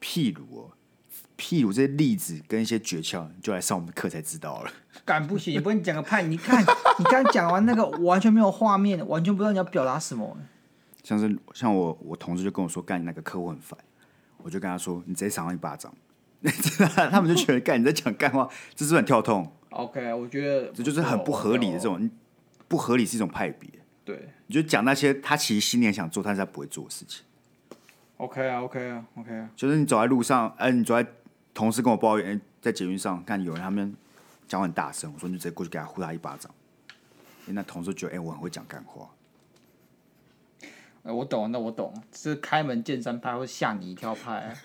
S1: 譬如哦，譬如这些例子跟一些诀窍，就来上我们的课才知道了。
S3: 敢不行，你不能讲个派，你看你刚讲完那个我完全没有画面，完全不知道你要表达什么。
S1: 像是像我我同事就跟我说，干你那个客户很烦，我就跟他说，你直接赏他一巴掌。 他们就觉得干你在讲干话，这是不是很跳痛，
S3: OK，我觉得
S1: 这就是很不合理的这，种，不合理是一种派别。
S3: 对
S1: 你就讲那些他其实心里很想做，但是他不会做的事情。
S3: ，OK 啊，OK 啊，OK 啊，
S1: 就是你走在路上，哎、你走在同事跟我抱怨，哎、在捷运上看有人他们讲话很大声，我说你就直接过去给他呼他一巴掌。哎那同事觉得哎、我很会讲干话，
S3: 呃我懂，那我懂，是开门见山派，或是吓你一跳派。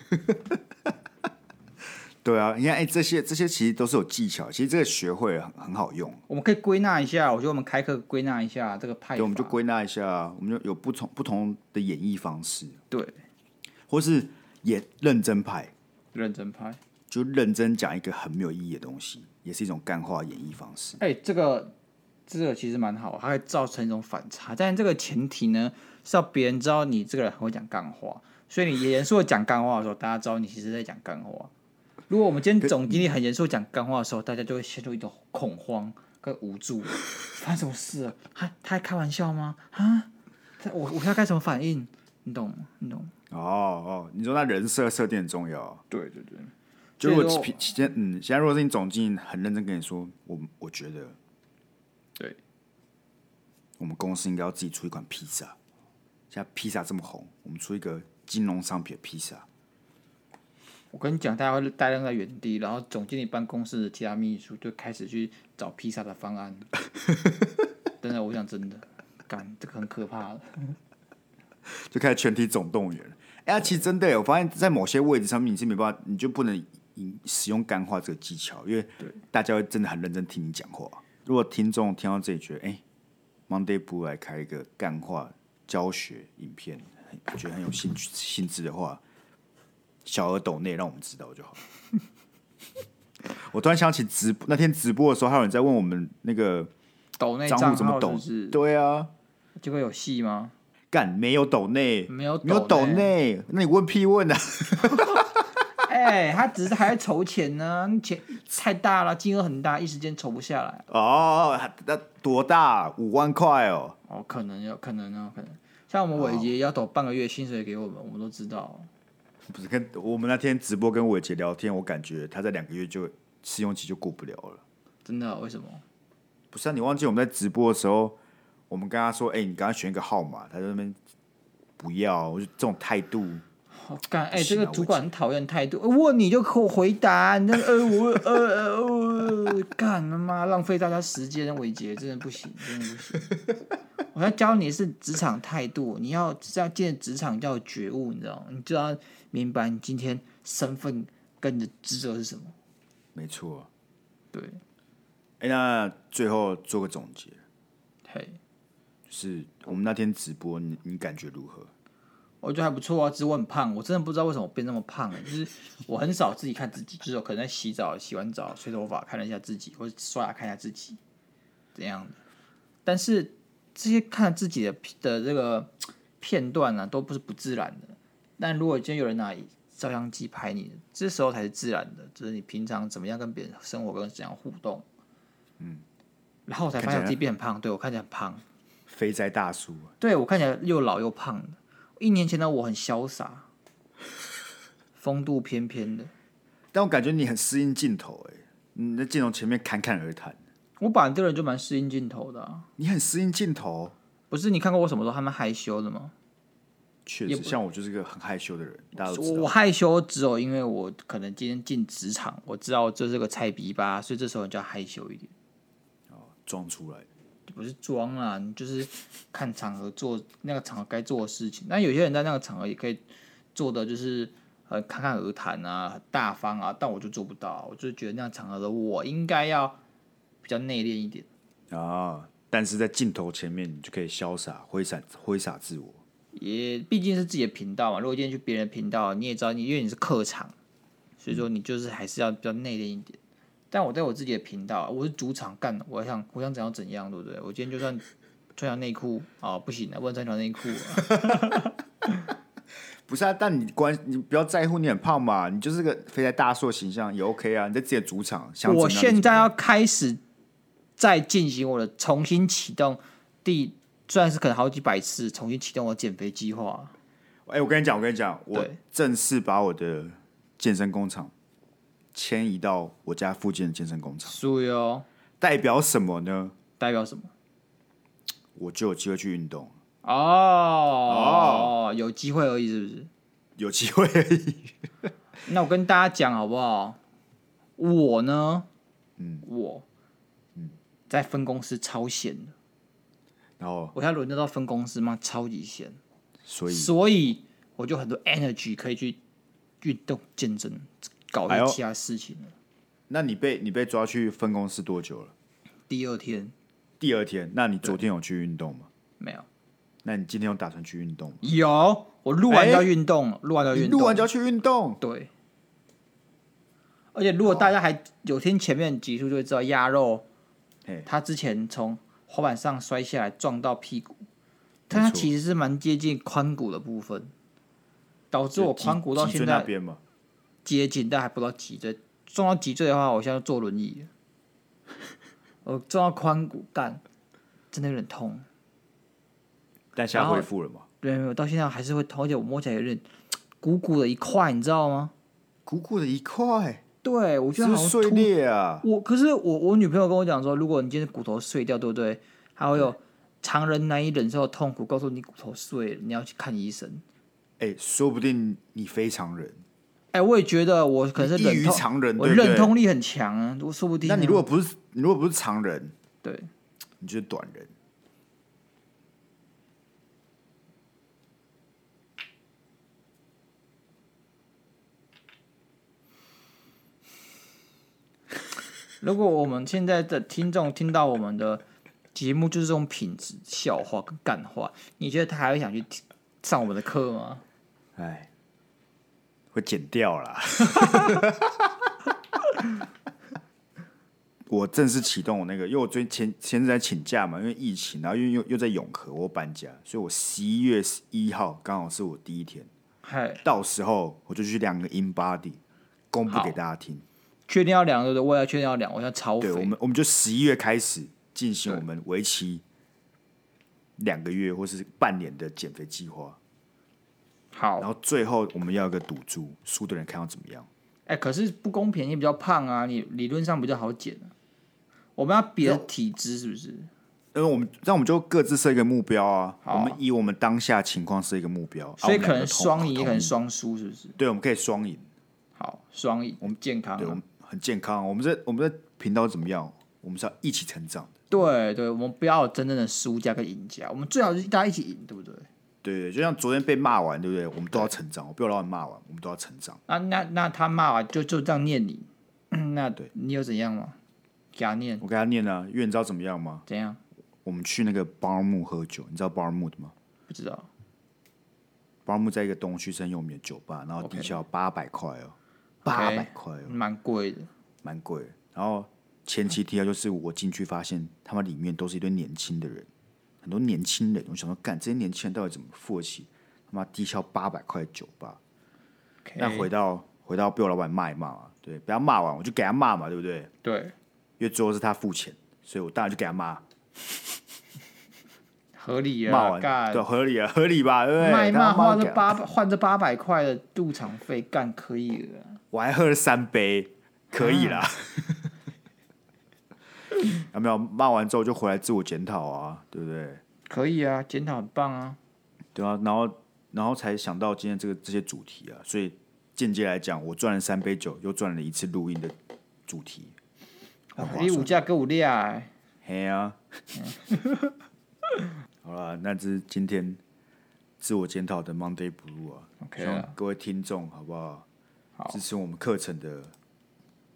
S1: 对啊，你看哎、这些这些其实都是有技巧，其实这个学会了很很好用。
S3: 我们可以归纳一下，我觉得我们开课归纳一下这个派法，
S1: 对，我们就归纳一下，我们就有不同不同的演绎方式，
S3: 对
S1: 或是也认真派，
S3: 认真派。
S1: 就认真讲一个很没有意义的东西，也是一种干话演绎方式。
S3: 哎、这个这个其实蛮好，它会造成一种反差，但这个前提呢是要别人知道你这个人很会讲干话，所以你严肃的讲干话的时候，大家知道你其实在讲干话。如果我们今天总经理很严肃地讲干话的时候，大家就会陷入一种恐慌跟无助，发生什么事了？他他在开玩笑吗？啊，他我我要该怎么反应？你懂吗？你懂吗？
S1: 哦哦，你说那人设设定很重要啊。
S3: 对对对，
S1: 就如
S3: 所
S1: 果
S3: 以说
S1: 其其现嗯，现在如果是你总经理很认真跟你说，我我觉得，
S3: 对，
S1: 我们公司应该要自己出一款披萨。现在披萨这么红，我们出一个金融商品的披萨。
S3: 我跟你讲，大家会呆愣在原地，然后总经理办公室的其他秘书就开始去找披萨的方 案。真的，我讲真的，干这个很可怕的。
S1: 就开始全体总动员。哎、呀，其实真的耶，我发现在某些位置上面你是没办法，你就不能以使用干话这个技巧，因为大家会真的很认真听你讲话。如果听众听到这里觉得，哎、m o n d a y Blue 来开一个干话教学影片，很觉得很有兴趣兴致的话，小额抖内让我们知道 就好。我突然想起直播那天直播的时候，还有人在问我们那个
S3: 抖内
S1: 账
S3: 账
S1: 户怎么
S3: 号是
S1: 抖，
S3: 不是？
S1: 对啊，
S3: 结果有戏吗？
S1: 干没有抖内，
S3: 没有
S1: 没有抖
S3: 抖内。
S1: 内，那你问屁问啊？
S3: 哎、他只是还在筹钱呢、钱太大了，金额很大，一时间筹不下来。
S1: 哦，那多大？五万块哦。
S3: 哦，可能有可能啊，可能。像我们伟杰要抖半个月薪水给我们，我们都知道。
S1: 不是跟我们那天直播跟伟杰聊天，我感觉他在两个月就试用期就过不了了。
S3: 真的、为什么？
S1: 不是、啊、你忘记我们在直播的时候，我们跟他说：“哎、你赶快选一个号码。”他在那边不要，我就这种态度。
S3: 好干，哎、
S1: 不
S3: 这
S1: 行啊
S3: 个主管很讨厌态度，呃问你就给我回 答，你那个呃我呃呃呃，干他妈浪费大家时间，伟杰真的不行，真的不行。我要教你是职场态度，你要是要见职场叫觉悟，你知道吗？你就要明白你今天身份跟你的职责是什么。
S1: 没错。
S3: 对，
S1: 哎、那最后做个总结，
S3: 嘿，
S1: 就是我们那天直播，你你感觉如何？
S3: 我觉得还不错啊，只是我很胖，我真的不知道为什么我变那么胖、欸，就是我很少自己看自己，就是我可能在洗澡、洗完澡、吹头发看了一下自己，或者刷牙看一下自己，怎样的。但是这些看自己的的这个片段呢、啊，都不是不自然的。但如果今天有人拿照相机拍你，这时候才是自然的，就是你平常怎么样跟别人生活，跟怎样互动，嗯。然后我才发现我自己变很胖，对我看起来很胖。
S1: 肥宅大叔啊，
S3: 对我看起来又老又胖的。一年前的我很潇洒，风度翩翩的。
S1: 但我感觉你很适应镜头、哎，你在镜头前面侃侃而谈，
S3: 我本来这个人就蛮适应镜头的、啊，
S1: 你很适应镜头。
S3: 不是？你看过我什么时候还蛮害羞的吗？
S1: 确
S3: 也
S1: 实，
S3: 不
S1: 像我就是个很害羞的人，大家都啊
S3: 我
S1: 知道
S3: 我。害羞，只有因为我可能今天进职场，我知道这是个菜逼吧，所以这时候你就要害羞一点。
S1: 装出来。
S3: 不是装啦，你就是看场合做那个场合该做的事情。那有些人在那个场合也可以做的，就是呃侃侃而谈啊，很大方啊，但我就做不到。我就觉得那个场合的我应该要比较内敛一点。
S1: 啊，但是在镜头前面，你就可以潇洒挥洒挥洒自我。
S3: 也毕竟是自己的频道嘛，如果今天去别人的频道，你也知道你，因为你是客场，所以说你就是还是要比较内敛一点。但我在我自己的频道，啊我是主场干，我想我想怎样怎样，对不对？我今天就算穿条内裤啊、哦，不行了，不能穿条内裤、啊。
S1: 不是啊，但你关你不要在乎你很胖嘛，你就是个肥宅大叔的形象也 OK 啊。你在自己的主场，想怎
S3: 我
S1: 么样就
S3: 现
S1: 怎么
S3: 在
S1: 样
S3: 要开始再进行我的重新启动第，虽然是可能好几百次重新启动我减肥计划。
S1: 哎、我跟你讲，我跟你讲，我
S3: 对
S1: 正式把我的健身工厂迁移到我家附近的健身工厂，
S3: 所以哦，
S1: 代表什么呢？
S3: 代表什么？
S1: 我就有机会去运动，
S3: 哦哦，有机会而已，是不是？
S1: 有机会而已。
S3: 那我跟大家讲好不好？我呢，嗯，我，在分公司超闲的，
S1: 然后，
S3: 我现在轮得到分公司吗？超级闲，
S1: 哦所以
S3: 所以我就很多 energy 可以去运动、健身，搞
S1: 哎
S3: 一
S1: 呦
S3: 些其他事情了。
S1: 那你被你被抓去分公司多久了？
S3: 第二天
S1: 第二天，那你昨天有去运动吗？
S3: 没有，
S1: 那你今天有打算去运动吗？
S3: 有我录完
S1: 哎
S3: 就要运动了，录完就要
S1: 你
S3: 运
S1: 哎录
S3: 动
S1: 完就，要去运动，
S3: 对。而且如果大家还有听前面集数，就会知道鸭肉
S1: 嘿，
S3: 他之前从滑板上摔下来撞到屁股，但他
S1: 错
S3: 其实是蛮接近髋骨的部分，导致
S1: 就
S3: 我
S1: 脊
S3: 髋骨到
S1: 脊
S3: 现
S1: 椎那
S3: 在
S1: 边嘛。
S3: 接近，但还不到脊椎。撞到脊椎的话，我现在坐轮椅了。我撞到髋骨，干，真的有点痛。
S1: 但现在
S3: 然后
S1: 恢复了嘛？
S3: 对，没有，到现在还是会痛，而且我摸起来有点鼓鼓的一块，你知道吗？
S1: 鼓鼓的一块，
S3: 对，我觉
S1: 是
S3: 得
S1: 不
S3: 好
S1: 哎是
S3: 像
S1: 碎
S3: 突
S1: 裂啊？
S3: 我可是我我女朋友跟我讲说，如果你今天骨头碎掉，对不对？还会有常人难以忍受的痛苦，告诉你骨头碎了，你要去看医生。
S1: 哎、说不定你非常人，
S3: 哎、我也觉得我可能是
S1: 你异
S3: 忍
S1: 于
S3: 痛，
S1: 常人，
S3: 我
S1: 对不对
S3: 忍痛力很强啊，我说不定啊、
S1: 那你如果不是你如果不是常人，
S3: 对
S1: 你就是短人。
S3: 如果我们现在的听众听到我们的节目就是这种品质笑话跟干话，你觉得他还会想去听上我们的课吗？
S1: 哎，会剪掉啦。 我正式启动我那个，因为我最前前阵在请假嘛，因为疫情，然后又又又在永和，我又搬家，所以我十一月一号刚好是我第一天，
S3: 嗨，
S1: 到时候我就去量个 in body，公布
S3: 好
S1: 给大家听。
S3: 确定要量对不对？我也要确定要量，我要超肥
S1: 对，。我们我们就十一月开始进行
S3: 对
S1: 我们为期两个月或是半年的减肥计划。
S3: 好，
S1: 然后最后我们要有个赌注，输的人看要怎么样。
S3: 哎、可是不公平，你比较胖啊，你理论上比较好减啊。我们要比的体脂是不是？
S1: 因为我们，那我们就各自设一个目标啊。
S3: 好啊
S1: 我们以我们当下情况设一个目标，啊
S3: 所以
S1: 我们
S3: 可
S1: 两个
S3: 能
S1: 同
S3: 双赢，也
S1: 同
S3: 可能双输，是不是？
S1: 对，我们可以双赢，
S3: 好，双赢，我们健康啊、
S1: 对我们很健康。我们这我们这频道怎么样？我们是要一起成长的。
S3: 对对，我们不要有真正的输家跟赢家，我们最好就是大家一起赢，对不对？
S1: 对对，就像昨天被骂完，对不对？我们都要成长，我不要让人骂完，我们都要成长。
S3: 那那那他骂完就就这样念你， 那
S1: 对
S3: 你又怎样嘛？给他念
S1: 我跟他念啊，因为你知道怎么样吗？
S3: 怎样？
S1: 我们去那个巴尔木喝酒，你知道巴尔木的吗？
S3: 不知道，
S1: 巴尔木在一个东区是很有名的酒吧，然后
S3: OK
S1: 低消八百块哦，八
S3: OK
S1: 百块哦，
S3: 蛮贵的。
S1: 蛮贵的。然后前期提到就是我进去发现他们里面都是一堆年轻的人，很多年轻人，我想说干这些年轻人到底怎么付得起他妈低消八百块的酒吧？那
S3: OK，
S1: 回到回到被我老板骂一骂嘛，对，不要骂完我就给他骂嘛，对不对？
S3: 对，
S1: 因为最后是他付钱，所以我当然就给他骂，
S3: 合理
S1: 骂
S3: 啊，
S1: 完
S3: 干
S1: 对，合理啊，合理吧，对不对？
S3: 卖
S1: 他
S3: 骂
S1: 妈
S3: 换
S1: 给
S3: 这
S1: 他
S3: 八百换这八百块的入场费，干可以了啊。
S1: 我还喝了三杯，可以啦。 有没有骂完之后就回来自我检讨啊？对不对？
S3: 可以啊，检讨很棒啊。
S1: 对啊，然后然后才想到今天这个这些主题啊，所以间接来讲，我赚了三杯酒，又赚了一次录音的主题，很划
S3: 哦你五
S1: 算。
S3: 价给五俩、欸，
S1: 嘿啊， 好啦，那这是今天自我检讨的 Monday Blue 啊
S3: OK
S1: 希
S3: 啦
S1: 望各位听众好不好？
S3: 好
S1: 支持我们课程的，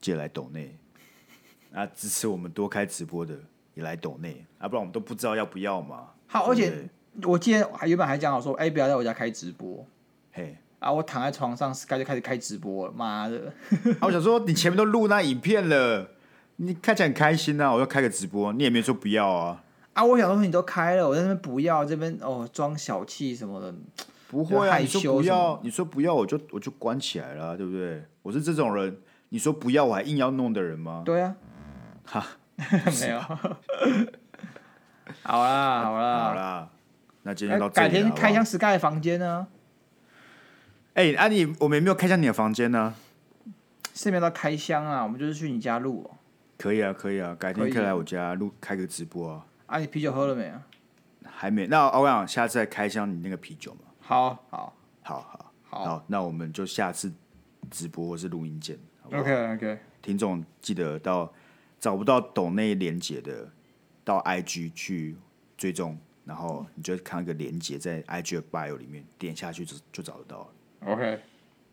S1: 借来抖内，啊，支持我们多开直播的也来抖内，啊，不然我们都不知道要不要嘛。
S3: 好，
S1: 对不
S3: 而且
S1: 对
S3: 我记得还原本还讲好说，哎、不要在我家开直播
S1: 嘿，
S3: 啊！我躺在床上，Sky 就开始开直播了，妈的！
S1: 啊，我想说你前面都录那影片了，你看起来很开心啊，我要开个直播，你也没说不要啊，
S3: 啊，我想说你都开了，我在那边不要，这边哦装小气什么的，
S1: 不会啊，
S3: 害
S1: 你说
S3: 羞
S1: 不
S3: 什么
S1: 要，你说不要，我就我就关起来了啊、对不对？我是这种人，你说不要，我还硬要弄的人吗？
S3: 对 啊，哈，没有， 好啦好
S1: 好
S3: 啦，
S1: 啦，那今天
S3: 哎
S1: 就到这里
S3: 改
S1: 了
S3: 天
S1: 好不好
S3: 开箱 Sky 的房间呢、
S1: 哎，啊你，我们也没有开箱你的房间呢、
S3: 是没有到开箱啊，我们就是去你家录、哦。
S1: 可以啊，可以啊，改
S3: 可
S1: 天
S3: 以
S1: 可以来我家录开个直播啊，
S3: 啊，你啤酒喝了没啊？
S1: 还没。那我想下次再开箱你那个啤酒嘛。
S3: 好好
S1: 好好
S3: 好
S1: 那我们就下次直播或是录音见，好不好？
S3: ，OK OK，
S1: 听众记得到找不到抖内连接的，到 IG 去追踪，然后你就看到一个连接在 IG 的 bio 里面，点下去就就找得到了。
S3: OK，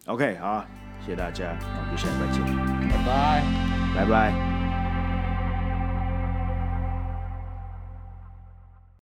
S1: OK，好啊、谢谢大家，那我们就下礼拜见，
S3: 拜拜。
S1: 拜拜。